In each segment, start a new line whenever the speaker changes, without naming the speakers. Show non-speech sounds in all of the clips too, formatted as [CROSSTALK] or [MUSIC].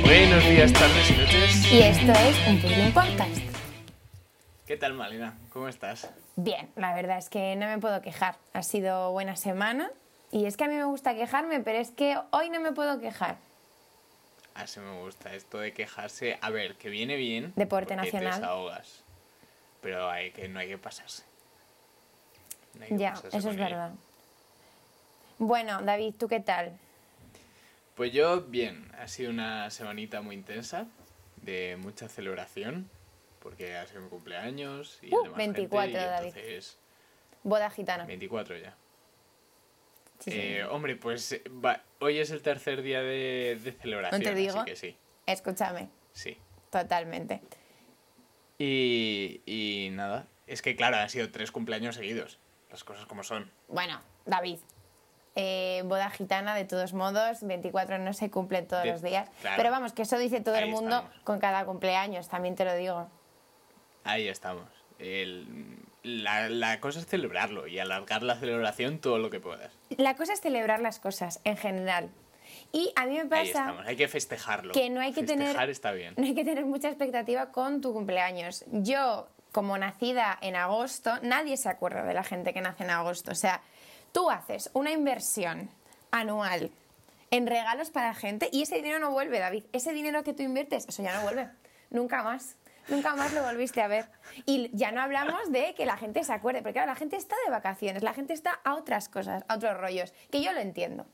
días, tardes y noches.
Y esto es un Puzzling Podcast.
¿Qué tal, Malena? ¿Cómo estás?
Bien, la verdad es que no me puedo quejar. Ha sido buena semana y es que a mí me gusta quejarme, pero es que hoy no me puedo quejar.
Así Ah, me gusta esto de quejarse. A ver, que viene bien.
Deporte
porque
nacional.
Te desahogas. Pero hay que, no hay que pasarse. No hay que
Ya,
pasarse
eso es
con ello.
verdad. Bueno, David, ¿tú qué tal?
Pues yo, bien. Ha sido una semanita muy intensa. De mucha celebración. Porque ha sido mi cumpleaños. Y el
Uh,
de más gente,
24,
y
David.
entonces,
Boda gitana.
24 ya.
Sí, sí.
Eh, hombre, pues eh, va- hoy es el tercer día de, de celebración.
digo.
Así que sí,
Escúchame,
sí.
totalmente.
Y, y nada, es que claro, han sido tres cumpleaños seguidos, las cosas como son.
Bueno, David. eh, boda gitana, de todos modos, 24 no se cumplen todos
De-
los días.
claro.
Pero vamos, que eso dice todo el
Ahí
mundo
estamos.
con cada cumpleaños, también te lo digo.
Ahí estamos. El- la, la cosa es celebrarlo y alargar la celebración todo lo que puedas.
La cosa es celebrar las cosas en general. Y a mí me
Ahí
pasa
estamos, hay que festejarlo.
que no hay que
Festejar
tener-
está bien.
no hay [LAUGHS] que tener mucha expectativa con tu cumpleaños. Yo, como nacida en agosto, nadie se acuerda de la gente que nace en agosto. O sea, tú haces una inversión anual en regalos para gente y ese dinero no vuelve, David. Ese dinero que tú inviertes, eso ya no vuelve. Nunca más. Nunca más lo volviste a ver. Y ya no hablamos de que la gente se acuerde, porque claro, la gente está de vacaciones, la gente está a otras cosas, a otros rollos, que yo lo entiendo.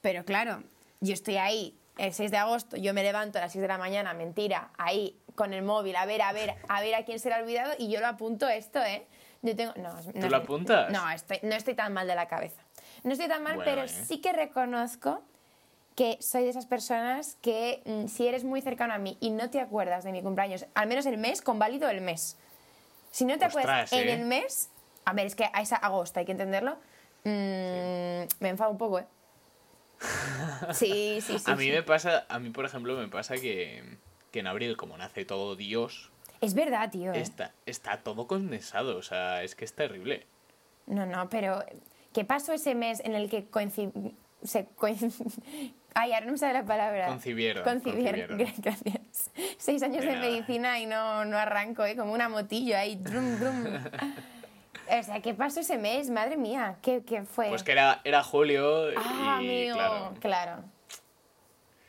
Pero claro, yo estoy ahí el 6 de agosto, yo me levanto a las 6 de la mañana, mentira, ahí con el móvil, a ver, a ver, a ver a quién se le ha olvidado y yo lo apunto esto, ¿eh? Yo tengo... No, no
lo apuntas?
No, estoy, no estoy tan mal de la cabeza. No estoy tan mal,
Bueno,
pero
¿eh?
sí que reconozco que soy de esas personas que mm, si eres muy cercano a mí y no te acuerdas de mi cumpleaños, al menos el mes, conválido el mes. Si no te acuerdas
Ostras, ¿eh?
en el mes, a ver, es que a esa agosto hay que entenderlo, mm, me enfado un poco, ¿eh? Sí, [LAUGHS] sí, sí.
a mí
sí.
me pasa, a mí por ejemplo me pasa que, que en abril, como nace todo Dios,
Es verdad, tío. ¿eh?
está, está todo condensado, o sea, es que es terrible.
No, no, pero ¿qué pasó ese mes en el que coinci... se coin- [LAUGHS] Ay, ahora no me sale la palabra.
Concibieron,
Concibieron,
concibieron.
[LAUGHS] gracias. Seis años
De
de,
nada.
medicina y no, no arranco, ¿eh? como una motillo ahí. Drum, drum.
[LAUGHS]
o sea, ¿qué pasó ese mes? Madre mía, ¿qué, qué fue?
Pues que era, era julio
Eh. Ah,
y
amigo,
claro,
claro.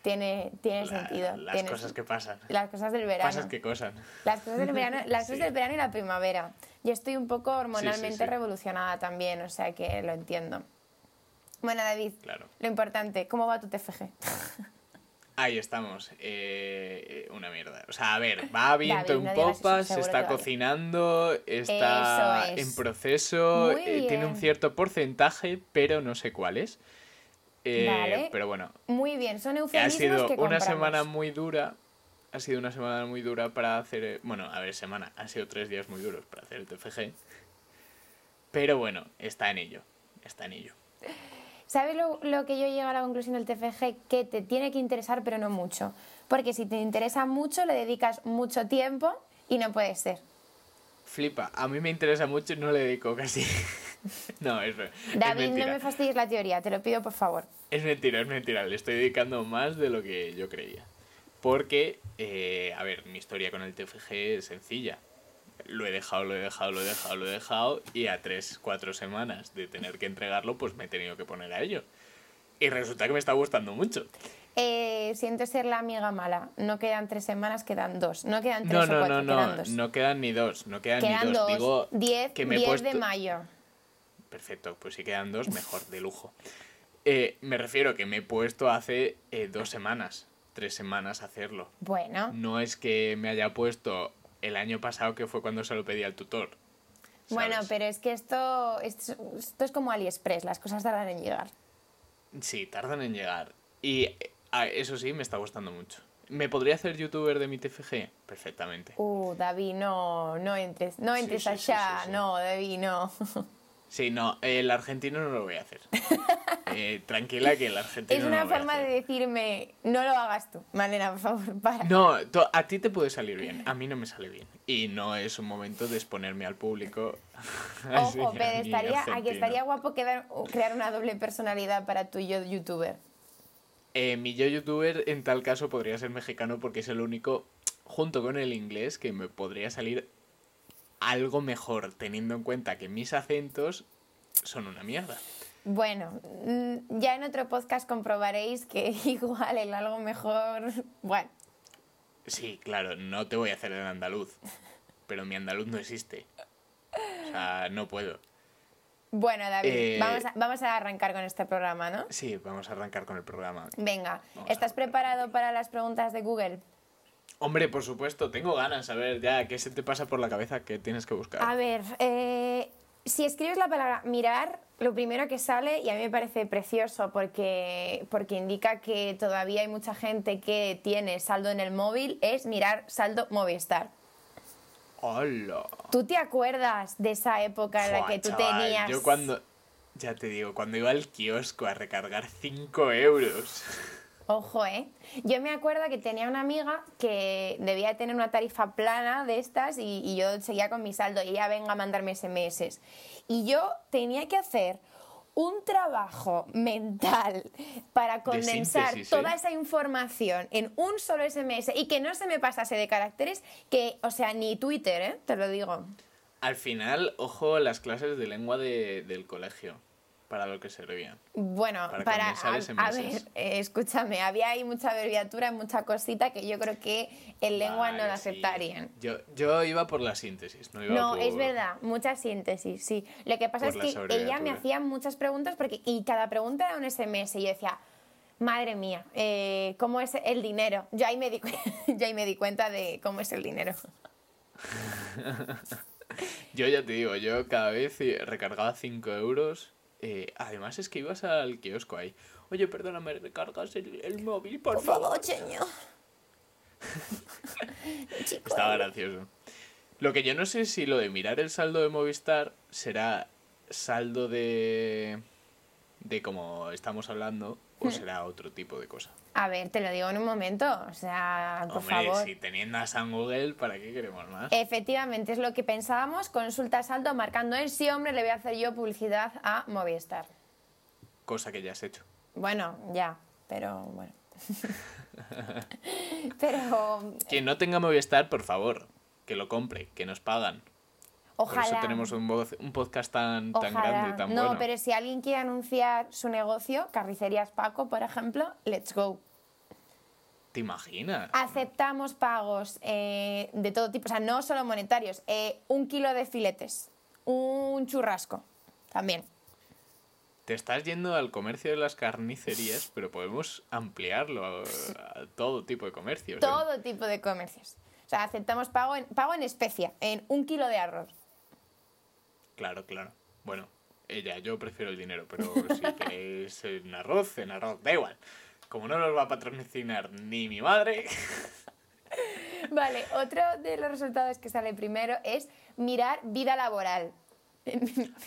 Tiene, tiene
la-
sentido.
las
tiene-
cosas que pasan.
Las cosas del verano.
Pasas que cosas.
Las cosas del verano, las cosas
Sí.
del verano y la primavera. Yo estoy un poco hormonalmente
Sí, sí, sí.
revolucionada también, o sea que lo entiendo. Bueno, David,
Claro.
lo importante, ¿cómo va tu TFG?
Ahí estamos. eh, una mierda. O sea, a
[LAUGHS]
ver, va viento
David,
en
no digas eso,
popas, se
seguro que
está
va bien.
cocinando, está
Eso es.
en proceso,
Muy
eh, tiene un
bien.
cierto porcentaje, pero no sé cuál es. Eh,
Vale.
Pero bueno,
Muy bien, son
ha
eufemismos
sido
que
una
compramos.
semana muy dura. Ha sido una semana muy dura para hacer. eh, Bueno, a ver, semana. Han sido tres días muy duros para hacer el TFG. Pero bueno, está en ello. Está en ello.
¿Sabes lo, lo que yo llego a la conclusión del TFG? Que te tiene que interesar, pero no mucho. Porque si te interesa mucho, le dedicas mucho tiempo y no puede ser.
Flipa, a mí me interesa mucho y no le dedico casi. [LAUGHS] no, es, re- es
David, no
mentira.
me fastidies la teoría, te lo pido por favor.
Es mentira, es mentira. Le estoy dedicando más de lo que yo creía. Porque, eh, a ver, mi historia con el TFG es sencilla. Lo he dejado, lo he dejado, lo he dejado, lo he dejado. Y a tres, cuatro semanas de tener que entregarlo, pues me he tenido que poner a ello. Y resulta que me está gustando mucho.
Eh, siento ser la amiga mala. No quedan tres semanas, quedan dos. No quedan tres
No,
o
no,
cuatro,
no,
quedan
no.
dos.
No quedan ni dos. No quedan,
quedan
ni dos.
dos.
Digo
10,
que me he
10 de
puesto-
mayo.
Perfecto, pues si quedan
[LAUGHS]
dos, mejor, de lujo. Eh, me refiero que me he puesto hace eh, dos semanas, tres semanas a hacerlo.
Bueno,
No es que me haya puesto el año pasado, que fue cuando se lo pedí al tutor. Mm, ¿sabes?
bueno, pero es que esto, esto, es- esto es como AliExpress, las cosas tardan en llegar.
Sí, tardan en llegar. Y eh, ah, eso sí, me está gustando mucho. ¿Me podría hacer youtuber de mi TFG? Perfectamente.
Uh, David, no, no entres, no
Sí,
entres
sí, sí,
allá,
sí, sí.
no, David, no.
Sí, no, el argentino no lo voy a
[LAUGHS]
hacer. Eh, tranquila que el argentino
es
no
una
lo voy a
forma
hacer.
de decirme, no lo hagas tú, Malena, por favor, [LAUGHS] para.
No, to- a ti te puede salir bien, a mí no me sale bien. Y no es un momento de exponerme al público. [LAUGHS] a
Ojo,
enseñar
pero
mi
estaría, a que
argentino.
estaría guapo quedar- crear una doble personalidad para tu y yo youtuber.
Eh, mi yo youtuber en tal caso podría ser mexicano porque es el único, junto con el inglés, que me podría salir algo mejor, teniendo en cuenta que mis acentos son una mierda.
Bueno, mm, ya en otro podcast comprobaréis que [LAUGHS] igual el algo mejor. Bueno,
Sí, claro, no te voy a hacer el andaluz, pero mi andaluz no existe. O sea, no puedo.
bueno David,
Eh,
vamos, a, vamos a arrancar con este programa, ¿no?
Sí, vamos a arrancar con el programa.
Venga,
Vamos a
¿estás preparado para las preguntas de Google?
Hombre, por supuesto, tengo ganas. A ver, ya, ¿qué se te pasa por la cabeza que tienes que buscar?
A ver, eh, si escribes la palabra mirar, lo primero que sale, y a mí me parece precioso porque, porque indica que todavía hay mucha gente que tiene saldo en el móvil, es mirar saldo Movistar.
¡Hola!
¿Tú te acuerdas de esa época en la
Fua,
que tú
chaval,
tenías...
Yo cuando. Ya te digo, cuando iba al kiosco a recargar 5 euros.
Ojo, ¿eh? Yo me acuerdo que tenía una amiga que debía tener una tarifa plana de estas y, y yo seguía con mi saldo y ella venga a mandarme SMS. Y yo tenía que hacer un trabajo mental para condensar
síntesis, ¿eh?
toda esa información en un solo SMS y que no se me pasase de caracteres que, o sea, ni Twitter, ¿eh? Te lo digo.
Al final, ojo, las clases de lengua de- del colegio. Para lo que servían.
Bueno,
Para
para,
condensar
a, a
SMS.
ver, eh, escúchame, había ahí mucha abreviatura, mucha cosita que yo creo que en lengua no
Vale,
la
sí.
aceptarían.
Yo, yo iba por la síntesis, no iba
No,
por-
es verdad, mucha síntesis, sí. Lo que pasa
Por
es
la
que ella me
abreviatura.
hacía muchas preguntas porque, y cada pregunta era un SMS y yo decía, madre mía, eh, ¿cómo es el dinero? Yo ahí, me di, cu- [LAUGHS] yo ahí me di cuenta de cómo es el dinero.
Yo ya te digo, yo cada vez eh, recargaba 5 euros. eh, además es que ibas al kiosco ahí. Oye, perdona, ¿me recargas el, el móvil, por, favor?
[LAUGHS] señor. Chico,
Estaba gracioso. Lo que yo no sé es si lo de mirar el saldo de Movistar será saldo de... de como estamos hablando
Hmm.
o será otro tipo de cosa.
A ver, te lo digo en un momento, o sea, por
Hombre,
favor. Eh.
si teniendo a San Google, ¿para qué queremos más?
Efectivamente, es lo que pensábamos. Consulta saldo marcando el sí, hombre, le voy a hacer yo publicidad a Movistar.
Cosa que ya has hecho.
Bueno, ya, pero bueno. [LAUGHS] pero
Quien no tenga Movistar, por favor, que lo compre, que nos pagan.
ojalá.
Por eso tenemos un, voz- un podcast tan, tan
ojalá.
grande y tan
no,
bueno.
pero si alguien quiere anunciar su negocio, Carnicerías Paco, por ejemplo, let's go.
¿Te imaginas?
Ah. Aceptamos pagos eh, de todo tipo, o sea, no solo monetarios. eh, un kilo de filetes, un churrasco, también.
Te estás yendo al comercio de las carnicerías, pero podemos ampliarlo a, a todo tipo de comercios. ¿eh?
Todo tipo de comercios. O sea, aceptamos pago en, pago en especia, en un kilo
[LAUGHS]
de arroz.
Claro, claro. Bueno, ella, yo prefiero el dinero, pero
[LAUGHS]
si queréis en arroz, en arroz, da igual. Como no los va a patrocinar ni mi
[LAUGHS]
madre,
Vale, otro de los resultados que sale primero es mirar vida laboral.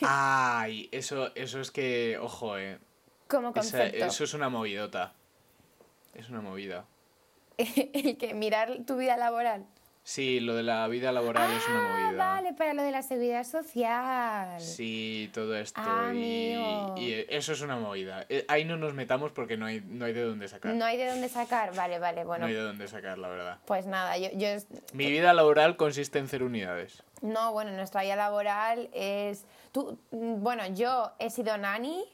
Ay, eso, eso es que, ojo, eh.
Como
Esa-
concepto.
eso es una movidota. Es una movida.
[LAUGHS] El que mirar tu vida laboral.
Sí, lo de la vida laboral es una
Ah,
movida.
vale, para lo de la seguridad social.
Sí, todo esto.
Ah,
y,
amigo.
y eso es una movida. Eh, Ahí no nos metamos porque no hay, no hay de dónde sacar.
No hay de dónde sacar. Vale, vale,
No
bueno.
hay de dónde sacar, la verdad.
Pues nada, yo, yo es-
Mi vida laboral consiste en cero unidades.
No, bueno, nuestra vida laboral es... Tú, mm, bueno, yo he sido nani.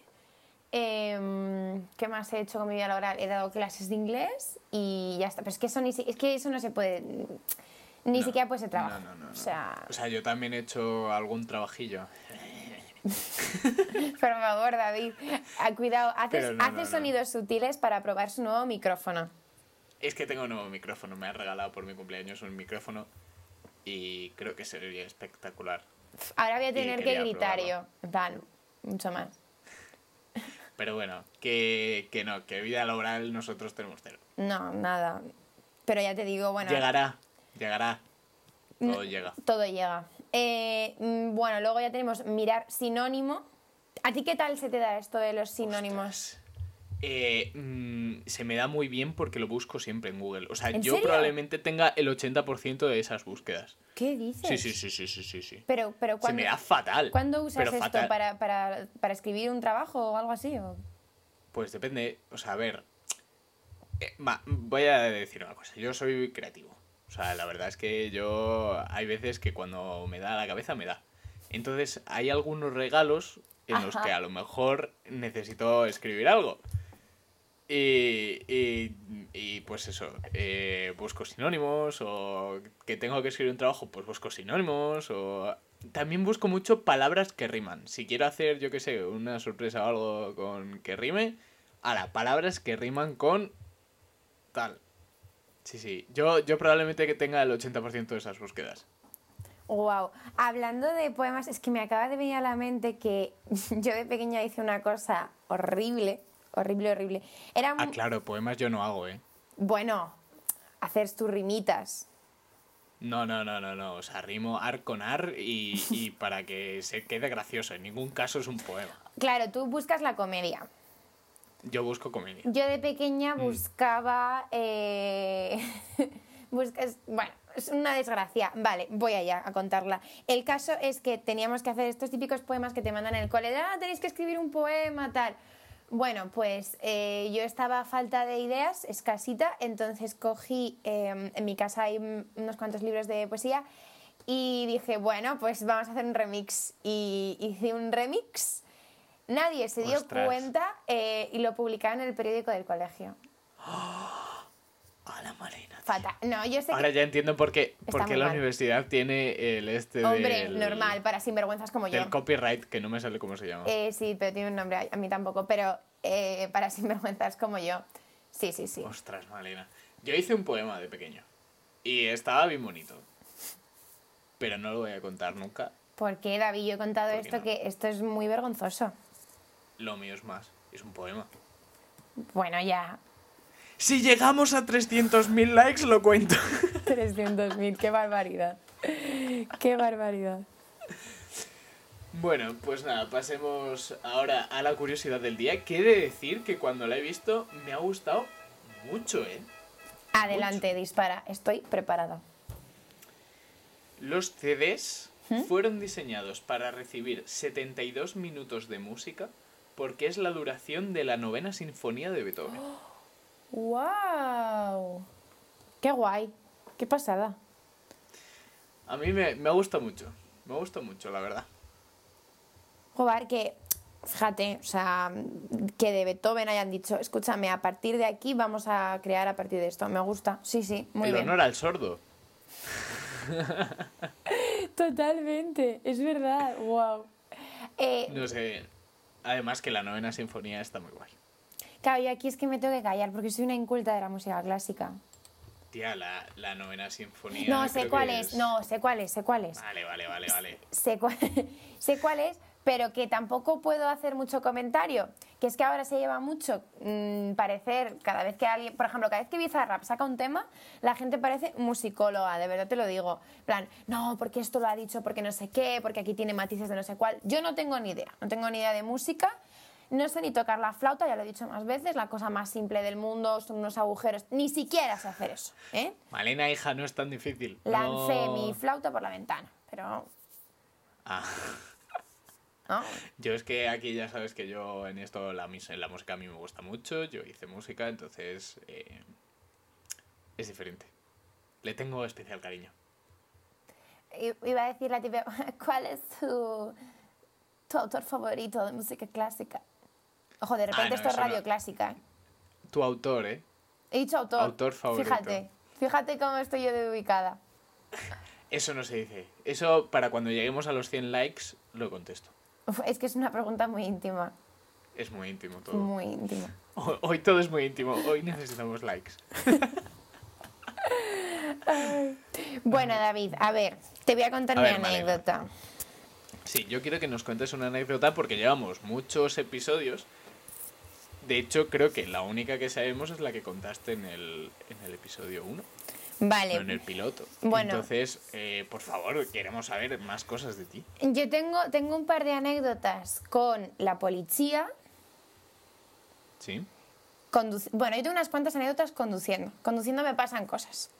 em, ¿Qué más he hecho con mi vida laboral? He dado clases de inglés y ya está. Pero es que eso, ni, si- es que eso no se puede... Ni
No,
siquiera puede ser trabajo.
no, no, no,
O
no.
sea,
O sea, yo también he hecho algún trabajillo.
por favor, David, ah, cuidado. Haces,
Pero no, no,
haces
no.
sonidos sutiles para probar su nuevo micrófono.
Es que tengo un nuevo micrófono. Me ha regalado por mi cumpleaños un micrófono. Y creo que sería espectacular.
Ahora voy a tener que
quería
gritar yo.
probarlo.
En plan, mucho más.
Pero bueno, que, que no, que vida laboral nosotros tenemos cero.
No, nada. Pero ya te digo, bueno,
Llegará, llegará. Todo llega.
todo llega. Eh, mm, bueno, luego ya tenemos mirar sinónimo. ¿A ti qué tal se te da esto de los sinónimos?
Eh, mm, se me da muy bien porque lo busco siempre en Google. O sea,
¿En
yo
serio?
probablemente tenga el 80% de esas búsquedas.
¿Qué dices?
Sí, sí, sí, sí, sí, sí. sí.
Pero, pero
Se
¿cuándo,
me da fatal.
¿cuándo usas
pero
esto
fatal.
para, para- para escribir un trabajo o algo así? o?
Pues depende, o sea, a ver, eh, va, voy a decir una cosa, yo soy creativo. O sea, la verdad es que yo hay veces que cuando me da la cabeza me da. Entonces hay algunos regalos en los
Ajá.
que a lo mejor necesito escribir algo. Y, y- eh, y, pues eso, eh, busco sinónimos o que tengo que escribir un trabajo, pues busco sinónimos o... También busco mucho palabras que riman. Si quiero hacer, yo qué sé, una sorpresa o algo con que rime, ahora, palabras que riman con tal. Sí, sí. Yo, yo probablemente que tenga el 80% de esas búsquedas.
Wow. Hablando de poemas, es que me acaba de venir a la mente que [LAUGHS] yo de pequeña hice una cosa horrible, horrible, horrible. Era un-
Ah, claro, poemas yo no hago, ¿eh?
bueno, hacer tus rimitas.
No, no, no, no, no. O sea, rimo ar con ar y, y para que se quede gracioso. En ningún caso es un poema.
Claro, tú buscas la comedia.
Yo busco comedia.
Yo de pequeña buscaba. eh, [LAUGHS] buscas, bueno, es una desgracia. Vale, voy allá a contarla. El caso es que teníamos que hacer estos típicos poemas que te mandan en el cole: de, ah, tenéis que escribir un poema, tal. Bueno, pues eh, yo estaba a falta de ideas, escasita, entonces cogí. eh, en mi casa hay mm, unos cuantos libros de poesía. Y dije, bueno, pues vamos a hacer un remix. Y hice un remix. Nadie se dio
Ostras.
cuenta eh, y lo publicaba en el periódico del colegio.
A la marina.
Fatal. No, yo sé
Ahora
que...
ya entiendo por qué, por
muy
qué la
mal.
universidad tiene el este
Hombre,
del-
normal, para sinvergüenzas como yo.
Del copyright, que no me sale cómo se llama.
Eh, sí, pero tiene un nombre, a mí tampoco, pero eh, para [LAUGHS] sinvergüenzas como yo. Sí, sí, sí.
Ostras, Malena. Yo hice un poema de pequeño. Y estaba bien bonito. Pero no lo voy a contar nunca.
¿Por qué, David? Yo he contado
¿Por qué
esto,
no?
que esto es muy vergonzoso.
Lo mío es más. Es un poema.
Bueno, ya. [LAUGHS]
Si llegamos a 300.000 likes, lo cuento.
300.000, qué barbaridad. Qué barbaridad.
Bueno, pues nada, pasemos ahora a la curiosidad del día. Que he de decir que cuando la he visto me ha gustado mucho, ¿eh?
Adelante, dispara. Estoy preparado.
Los CDs
¿Mm?
fueron diseñados para recibir 72 minutos de música porque es la duración de la novena sinfonía de Beethoven.
¡Wow! ¡Qué guay! ¡Qué pasada!
A mí me, me gusta mucho, me gusta mucho, la verdad.
Jobar, que fíjate, o sea, que de Beethoven hayan dicho, escúchame, a partir de aquí vamos a crear a partir de esto. Me gusta. Sí, sí, muy
El
bien.
honor al sordo.
Totalmente, es verdad. Wow. Eh,
No sé. Además que la novena sinfonía está muy guay.
claro, yo aquí es que me tengo que callar porque soy una inculta de la música clásica.
Tía, la, la novena sinfonía.
No
creo
sé
que
cuál es, no, sé cuál es, sé cuál es.
Vale, vale, vale, vale.
sé cuál, [LAUGHS] sé cuál es, pero que tampoco puedo hacer mucho comentario. Que es que ahora se lleva mucho mm, parecer, cada vez que alguien, por ejemplo, cada vez que Bizarrap saca un tema, la gente parece musicóloga, de verdad te lo digo. En plan, no, porque esto lo ha dicho, porque no sé qué, porque aquí tiene matices de no sé cuál. Yo no tengo ni idea, no tengo ni idea de música. No sé ni tocar la flauta, ya lo he dicho más veces, la cosa más simple del mundo, son unos agujeros. Ni siquiera sé hacer eso, ¿eh?
Malena, hija, no es tan difícil.
Lancé
No.
mi flauta por la ventana, pero...
Ah,
¿no?
yo es que aquí ya sabes que yo en esto, la, mis- la música a mí me gusta mucho, yo hice música, entonces eh, es diferente. Le tengo especial cariño.
I- Iba a decir la típica, [LAUGHS] ¿cuál es tu, tu autor favorito de música clásica? Ojo, de repente
Ah, no,
esto es
eso no.
radio clásica. ¿eh?
Tu autor, ¿eh?
He dicho autor.
Autor favorito.
Fíjate, fíjate cómo estoy yo de ubicada.
Eso no se dice. Eso para cuando lleguemos a los 100 likes lo contesto.
Uf, es que es una pregunta muy íntima,
Es muy íntimo todo.
muy íntima.
[LAUGHS] Ho- Hoy todo es muy íntimo. Hoy necesitamos likes.
Bueno, David, a ver, te voy a contar
A
mi
ver, vale.
anécdota.
Sí, yo quiero que nos cuentes una anécdota porque llevamos muchos episodios. De hecho, creo que la única que sabemos es la que contaste en el, en el episodio 1,
Vale,
no en el piloto.
Bueno.
Entonces, eh, por favor, queremos saber más cosas de ti.
yo tengo, tengo un par de anécdotas con la policía.
¿Sí?
conduci- bueno, yo tengo unas cuantas anécdotas conduciendo. Conduciendo me pasan cosas.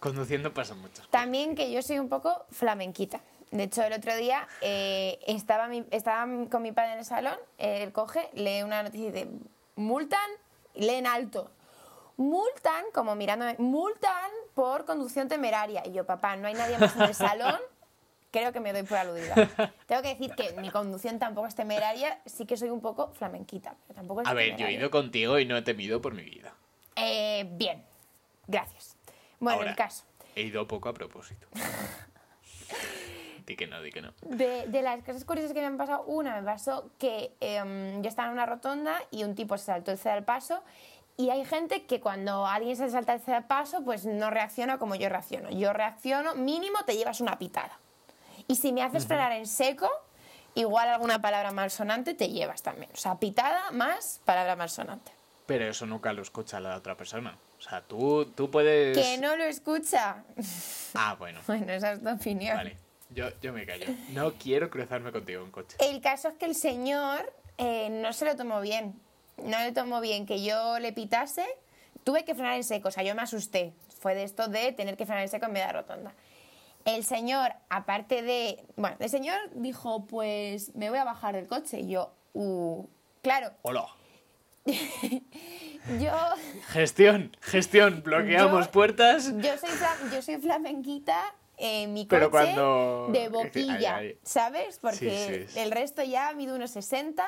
Conduciendo pasan muchas cosas.
También que yo soy un poco flamenquita. De hecho, el otro día eh, estaba, mi- estaba con mi padre en el salón, él coge, lee una noticia y dice, multan, y leen alto. multan, como mirándome, multan por conducción temeraria. Y yo, papá, no hay nadie más en el salón, [LAUGHS] creo que me doy por aludida. Tengo que decir que mi conducción tampoco es temeraria, sí que soy un poco flamenquita, pero tampoco es
A ver, yo he
temeraria.
ido contigo y no he temido por mi vida.
Eh, bien, gracias. Bueno,
Ahora,
el caso.
He ido poco a
[LAUGHS]
propósito. di que no, di que no.
De, de las cosas curiosas que me han pasado, una me pasó que em, yo estaba en una rotonda y un tipo se saltó el cedal paso y hay gente que cuando alguien se salta el cedal paso pues no reacciona como yo reacciono. Yo reacciono, mínimo te llevas una pitada. Y si me haces frenar en seco, igual alguna palabra malsonante te llevas también. O sea, pitada más palabra malsonante.
Pero eso nunca lo escucha la otra persona. O sea, tú, tú puedes...
Que no lo escucha. [LAUGHS]
Ah, bueno.
Bueno, esa es tu opinión.
Vale. Yo, yo me callo. No quiero cruzarme contigo en coche.
El caso es que el señor eh, no se lo tomó bien. No le tomó bien que yo le pitase. Tuve que frenar en seco, o sea, yo me asusté. Fue de esto de tener que frenar en seco en medio de la rotonda. El señor, aparte de... Bueno, el señor dijo, pues me voy a bajar del coche. Y yo, uh, claro,
Hola.
yo...
Gestión, gestión. Bloqueamos
Yo-
puertas.
Yo soy, fla- yo soy flamenquita en mi coche
Pero cuando-
de boquilla,
Ay, ay.
¿sabes?
Sí,
Porque
sí, sí.
el resto ya mido unos 60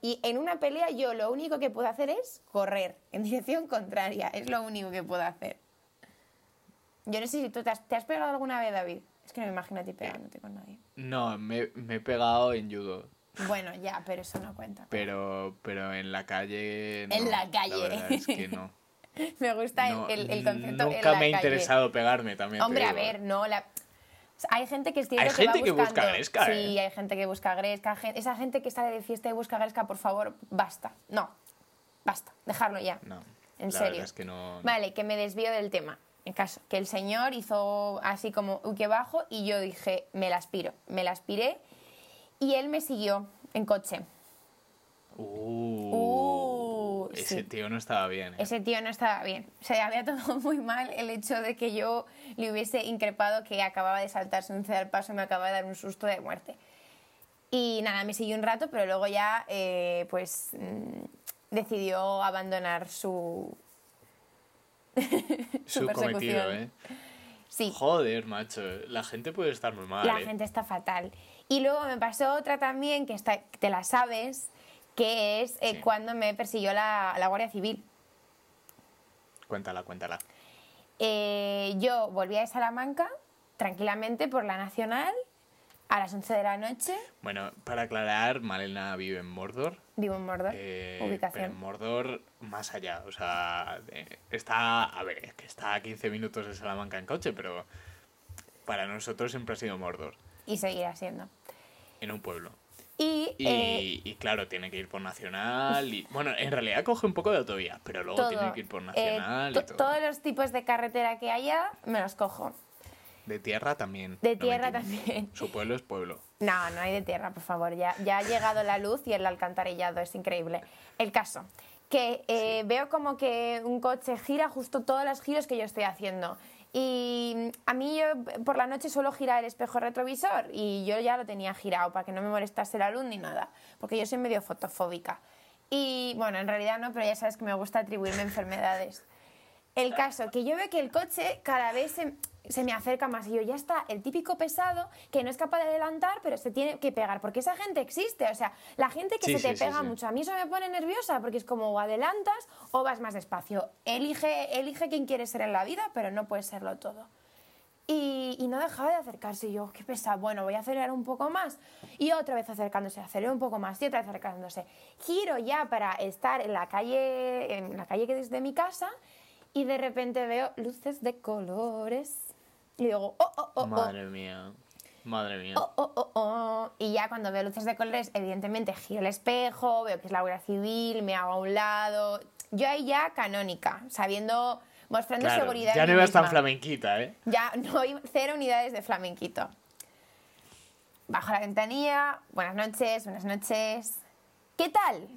y en una pelea yo lo único que puedo hacer es correr en dirección contraria. Es lo único que puedo hacer. Yo no sé si tú te has, ¿te has pegado alguna vez, David. Es que no me imagino a ti pegándote con nadie.
No, me, me he pegado en judo.
Bueno, ya, pero eso no cuenta. [LAUGHS]
Pero, pero en la calle... no,
En la calle.
verdad es que
[LAUGHS]
no.
Me gusta el-
No,
el, el concepto. en
Nunca
la
me ha
calle.
interesado pegarme también. te
Hombre, a
digo, ¿eh?
ver, no, la... o sea, Hay gente que es cierto
Hay
que va
gente que busca
buscando-
gresca,
Sí,
¿eh?
hay gente que busca gresca. gen- Esa gente que está de fiesta y busca gresca, por favor, basta. No, basta, dejarlo ya.
No.
En
la
serio.
verdad es que no. no.
Vale, que me desvío del tema. En caso, que el señor hizo así como, uy, que bajo, y yo dije, me la aspiro, me la aspiré. Y él me siguió en coche.
Uh,
Uh,
ese
sí.
tío no estaba bien. ¿eh?
Ese tío no estaba bien. O sea, había tomado [LAUGHS] muy mal el hecho de que yo le hubiese increpado que acababa de saltarse un cedal paso y me acaba de dar un susto de muerte. Y nada, me siguió un rato, pero luego ya, eh, pues, mm, decidió abandonar su...
Su cometido,
persecución.
¿eh?
Sí,
Joder, macho. La gente puede estar muy mal.
la
¿eh?
gente está fatal. Y luego me pasó otra también, que está, te la sabes, que es eh,
Sí.
cuando me persiguió la- la Guardia Civil.
Cuéntala, cuéntala.
Eh, yo volví de Salamanca tranquilamente por la Nacional a las 11 de la noche.
Bueno, para aclarar, Malena vive en Mordor.
Vivo en Mordor,
eh, pero en
ubicación.
Mordor, más allá. O sea, eh, está. A ver, es que está a 15 minutos de Salamanca en coche, pero para nosotros siempre ha sido Mordor,
Y seguirá siendo.
en un pueblo.
Y,
Y,
eh,
y claro, tiene que ir por Nacional. Y, bueno, en realidad coge un poco de autovía, pero luego
todo.
tiene que ir por
eh,
Nacional.
to-
y todo.
Todos los tipos de carretera que haya, me los cojo.
De tierra también.
De
no
tierra
mentimos.
también.
Su pueblo es pueblo.
No, no hay de tierra, por favor. Ya, ya ha llegado la luz y el alcantarillado, es increíble. El caso, que eh, veo como que un coche gira justo todos los giros que yo estoy haciendo. Y mm, a mí yo por la noche suelo girar el espejo retrovisor y yo ya lo tenía girado para que no me molestase la luz ni nada, porque yo soy medio fotofóbica. Y bueno, en realidad no, pero ya sabes que me gusta atribuirme enfermedades. El caso, que yo veo que el coche cada vez se, se me acerca más y yo ya está, el típico pesado que no es capaz de adelantar, pero se tiene que pegar, porque esa gente existe, o sea, la gente que
Sí,
se te
sí, sí,
pega
sí.
mucho, a mí eso me pone nerviosa, porque es como o adelantas o vas más despacio, elige, elige quién quieres ser en la vida, pero no puedes serlo todo. Y, y no dejaba de acercarse. Y yo, qué pesado, bueno, voy a acelerar un poco más. Y otra vez acercándose, aceleré un poco más y otra vez acercándose. Giro ya para estar en la calle, en la calle que es de mi casa y de repente veo luces de colores. Y digo, oh, [LAUGHS] oh, oh, oh,
Madre mía. Madre mía.
oh, oh, oh, oh. Y ya cuando veo luces de colores, evidentemente giro el espejo, veo que es la Guardia Civil, me hago a un lado. Yo ahí ya canónica, sabiendo, mostrando
Claro,
seguridad.
ya
en
no
mí
ibas tan
misma.
flamenquita, ¿eh?
Ya no hay cero unidades de flamenquito. Bajo la ventanilla, buenas noches, buenas noches. ¿Qué tal?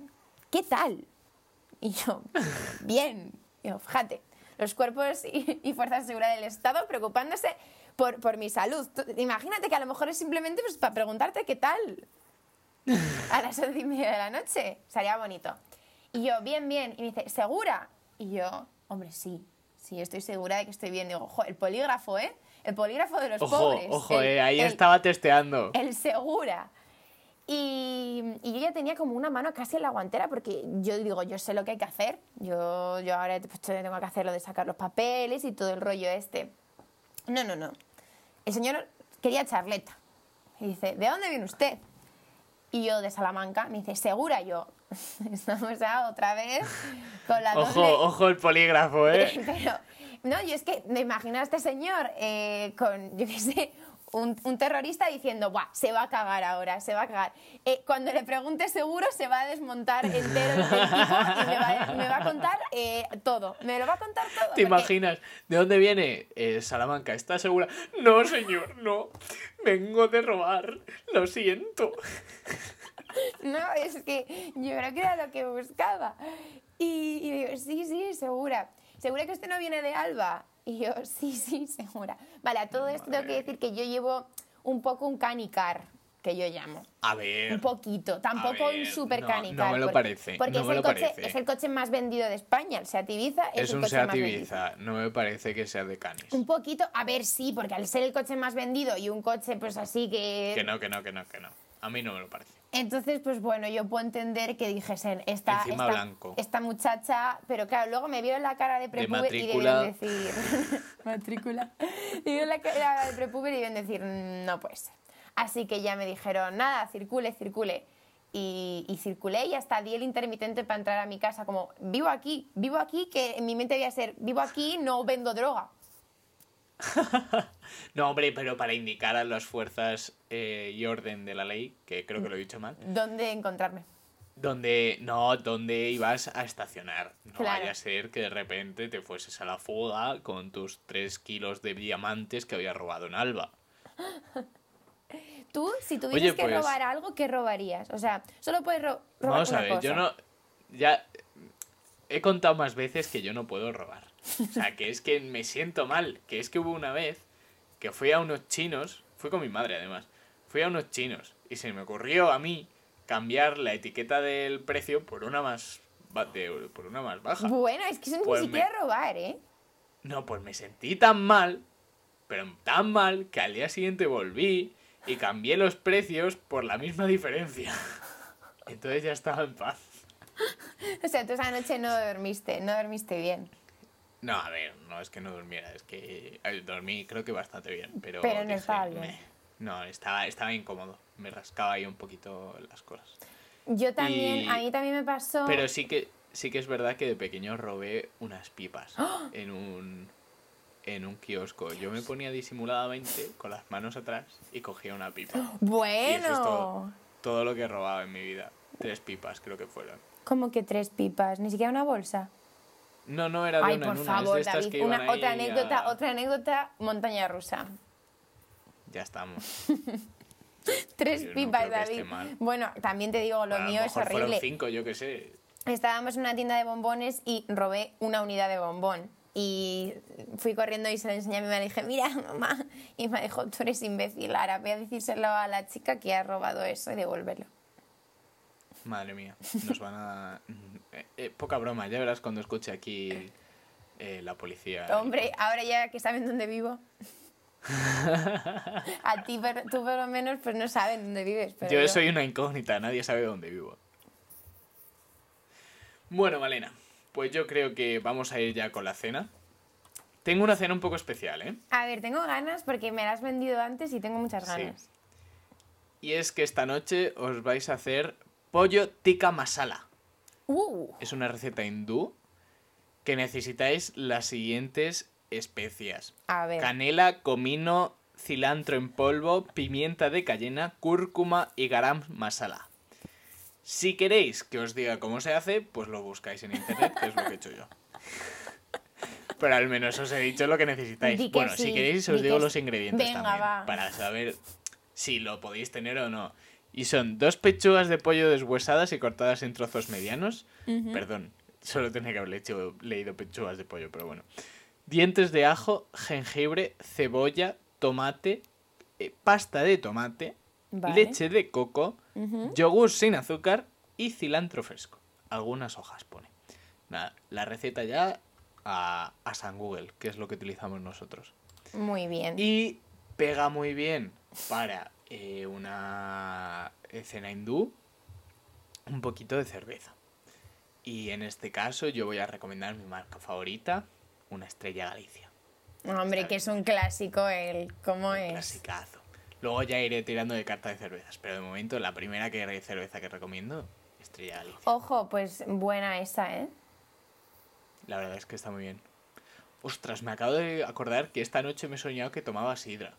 ¿Qué tal? Y yo, [LAUGHS] bien. Y yo, fíjate, los cuerpos y, y fuerzas de seguridad del Estado preocupándose por, por mi salud. Tú- imagínate que a lo mejor es simplemente pues, para preguntarte
[LAUGHS]
qué tal a las once y media de la noche. Sería bonito. Y yo, bien, bien. Y me dice, ¿segura? Y yo, Hombre, sí, sí, estoy segura de que estoy bien. Digo, ojo, el polígrafo, ¿eh? El polígrafo de los
Ojo,
pobres.
ojo,
el-
eh, ahí
el-
estaba testeando.
El segura. Y, y yo ya tenía como una mano casi en la guantera porque yo digo, yo sé lo que hay que hacer. Yo, yo ahora pues, tengo que hacer lo de sacar los papeles y todo el rollo este. No, no, no. El señor quería charleta. Y dice, ¿de dónde viene usted? Y yo de Salamanca. Me dice, ¿segura? Y yo, [LAUGHS] estamos ya otra vez con la
Ojo,
doble-
ojo el polígrafo, ¿eh?
[LAUGHS] pero, no, yo es que me imagino a este señor eh, con, yo qué sé, un, un terrorista diciendo, Buah, se va a cagar ahora, se va a cagar. Eh, cuando le pregunte seguro se va a desmontar entero
[LAUGHS]
el tipo y me va, me va a contar eh, todo. Me lo va a contar todo.
¿Te
porque-
imaginas? ¿De dónde viene? Eh, Salamanca, ¿estás segura? No, señor, no. Vengo de robar. Lo siento.
No, es que yo creo que era lo que buscaba. Y, y digo, sí, sí, segura. ¿Segura que usted no viene de Alba? Y yo, sí, sí, segura. Vale, a todo esto tengo que
Madre
decir que yo llevo un poco un canicar, que yo llamo.
A ver.
Un poquito, tampoco
ver,
un super
no,
canicar.
no me lo
porque-
parece,
Porque
no
es,
me
el
lo
coche,
parece.
es el coche más vendido de España, el Seat Ibiza. Es,
es
el
un
coche
Seat
más vendido.
Ibiza. No me parece que sea de Canis.
Un poquito, a ver, sí, porque al ser el coche más vendido y un coche pues así que...
Que no, que no, que no, que no. A mí no me lo parece.
Entonces, pues bueno, yo puedo entender que dijesen esta,
Encima
esta,
blanco.
esta muchacha, pero claro, luego me vieron la cara de prepuber y
matrícula.
deben decir [LAUGHS] matrícula. Me vieron la cara de prepuber y deben decir "Mm, no puede ser. Así que ya me dijeron nada, circule, circule. Y, y circulé y hasta di el intermitente para entrar a mi casa, como vivo aquí, vivo aquí, que en mi mente debía ser, vivo aquí, no vendo droga.
No, hombre, pero para indicar a las fuerzas eh, y orden de la ley, que creo que lo he dicho mal,
¿Dónde encontrarme?
donde no, donde ibas a estacionar. No
Claro.
vaya a ser que de repente te fueses a la fuga con tus 3 kilos de diamantes que habías robado en Alba.
Tú, si tuvieras que
pues-
robar algo, ¿qué robarías? O sea, solo puedes ro- robar
Vamos
una
a ver,
cosa.
yo no. Ya. He contado más veces que yo no puedo robar. O sea, que es que me siento mal. Que es que hubo una vez que fui a unos chinos. Fui con mi madre, además. Fui a unos chinos. Y se me ocurrió a mí cambiar la etiqueta del precio por una más. ba- de- por una más baja.
Bueno, es que eso
Pues
ni
me-
siquiera robar, ¿eh?
No, pues me sentí tan mal, pero tan mal, que al día siguiente volví y cambié los precios por la misma diferencia. [LAUGHS] Entonces ya estaba en paz.
O sea, tú esa noche no dormiste, no dormiste bien.
No, a ver, no es que no durmiera, es que eh, dormí creo que bastante bien, pero...
Pero no estaba bien".
"Meh". No, estaba, estaba incómodo, me rascaba ahí un poquito las cosas.
Yo también,
Y-
a mí también me pasó...
Pero sí que, sí que es verdad que de pequeño robé unas pipas
¡Ah!
en un, en un kiosco. Yo me ponía disimuladamente con las manos atrás y cogía una pipa. Y eso es todo,
Bueno,
todo lo que he robado en mi vida. Tres pipas creo que fueron.
como que tres pipas, ni siquiera una bolsa.
No, no era de
Ay,
una
por
en una, es de
favor,
estas que
David,
iban
una,
ahí
otra
a-
anécdota, otra anécdota, montaña rusa.
Ya estamos.
Tres
Yo no
pipas,
creo que esté
David.
mal.
Bueno, también te digo, lo
A lo
mío es
mejor fueron
horrible.
cinco, yo qué sé.
Estábamos en una tienda de bombones y robé una unidad de bombón. Y fui corriendo y se lo enseñé a mi mamá. Le dije, mira, mamá. Y me dijo, tú eres imbécil. Ahora voy a decírselo a la chica que ha robado eso y devolverlo.
Madre mía, nos van a... Eh, eh, poca broma, ya verás cuando escuche aquí eh, la policía.
Hombre, ahora ya que saben
[LAUGHS]
dónde vivo. a ti, pero- tú por lo menos, pues no saben dónde vives. Pero
Yo soy una incógnita, nadie sabe dónde vivo. Bueno, Malena, pues yo creo que vamos a ir ya con la cena. Tengo una cena un poco especial, ¿eh?
A ver, tengo ganas porque me la has vendido antes y tengo muchas
Sí.
ganas.
Y es que esta noche os vais a hacer pollo tikka masala.
¡Uh!
Es una receta hindú que necesitáis las siguientes especias.
A ver.
Canela, comino, cilantro en polvo, pimienta de cayena, cúrcuma y garam masala. Si queréis que os diga cómo se hace, pues lo buscáis en internet, que es lo que he hecho
[LAUGHS]
yo. Pero al menos os he dicho lo que necesitáis.
Di que
bueno, si
sí,
queréis os
di
digo
que
los
sí.
ingredientes
Venga,
también,
va.
para saber si lo podéis tener o no. Y son dos pechugas de pollo deshuesadas y cortadas en trozos medianos. Perdón, solo tenía que haber hecho- leído pechugas de pollo, pero bueno dientes de ajo, jengibre, cebolla, tomate, eh, pasta de tomate,
Vale.
leche de coco, yogur sin azúcar y cilantro fresco. Algunas hojas pone. Nada, la receta ya a, a San Google, que es lo que utilizamos nosotros.
Muy bien.
Y pega muy bien para eh, una escena hindú un poquito de cerveza. Y en este caso yo voy a recomendar mi marca favorita, una Estrella Galicia.
Hombre, que es un clásico el ¿Cómo
Un
es?
Clasicazo. Luego ya iré tirando de carta de cervezas, pero de momento la primera que cerveza que recomiendo, Estrella Galicia.
Ojo, pues buena esa, ¿eh?
La verdad es que está muy bien. Ostras, me acabo de acordar que esta noche me he soñado que tomaba sidra.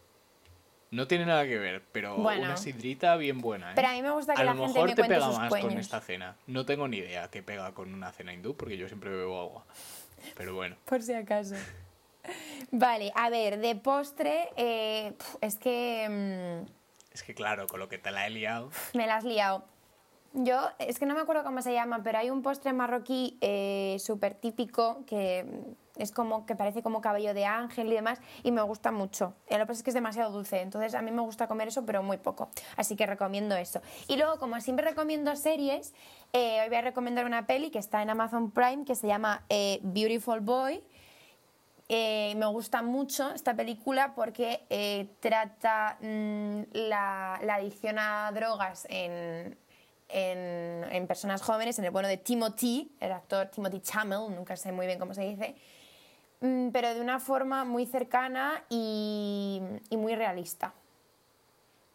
No tiene nada que ver, pero
Bueno.
una sidrita bien buena, ¿eh?
Pero a mí me gusta que
A
la
lo
gente
mejor
me
te
cuente
pega
sus
más con
sueños.
esta cena. No tengo ni idea qué pega con una cena hindú, porque yo siempre bebo agua. Pero bueno,
Por si acaso. Vale, a ver, de postre, eh, pf, es que
es que claro, con lo que te la he liado,
mm, me la has liado. Yo, es que no me acuerdo cómo se llama, pero hay un postre marroquí eh, súper típico que mm, es como que parece como cabello de ángel y demás, y me gusta mucho. Eh, Lo que pasa es que es demasiado dulce, entonces a mí me gusta comer eso, pero muy poco. Así que recomiendo eso. Y luego, como siempre recomiendo series, eh, hoy voy a recomendar una peli que está en Amazon Prime que se llama eh, Beautiful Boy. Eh, me gusta mucho esta película porque eh, trata mm, la, la adicción a drogas en, en- en personas jóvenes, en el bueno de Timothy, el actor Timothy Chamel, nunca sé muy bien cómo se dice, mm, pero de una forma muy cercana y, y muy realista.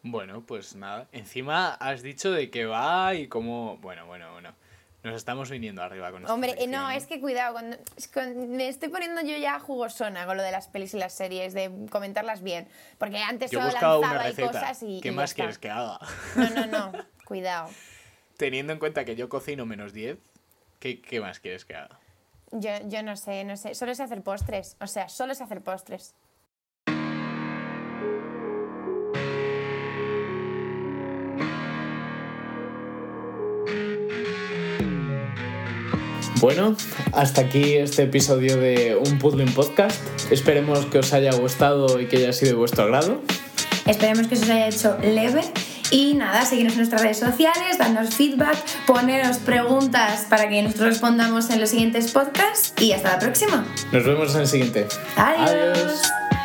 Bueno, pues nada. Encima has dicho de qué va y cómo. Bueno, bueno, bueno. Nos estamos viniendo arriba con esta
Hombre, eh, no,
sección, ¿eh?
es que cuidado, cuando- es con- me estoy poniendo yo ya jugosona con lo de las pelis y las series, de comentarlas bien, porque antes
Yo
solo
buscaba una
lanzaba y
receta.
cosas y...
¿Qué
y ya
más
está.
quieres que haga?
No, no, no, cuidado.
Teniendo en cuenta que yo cocino menos 10, ¿qué, qué más quieres que haga?
Yo, yo no sé, no sé. Solo sé hacer postres. O sea, solo sé hacer postres.
Bueno, hasta aquí este episodio de Un Puzzling Podcast. Esperemos que os haya gustado y que haya sido de vuestro agrado.
Esperemos que se os haya hecho leve. Y nada, seguidnos en nuestras redes sociales, danos feedback, poneros preguntas para que nosotros respondamos en los siguientes podcasts. Y hasta la próxima.
Nos vemos en el siguiente.
Adiós.
Adiós.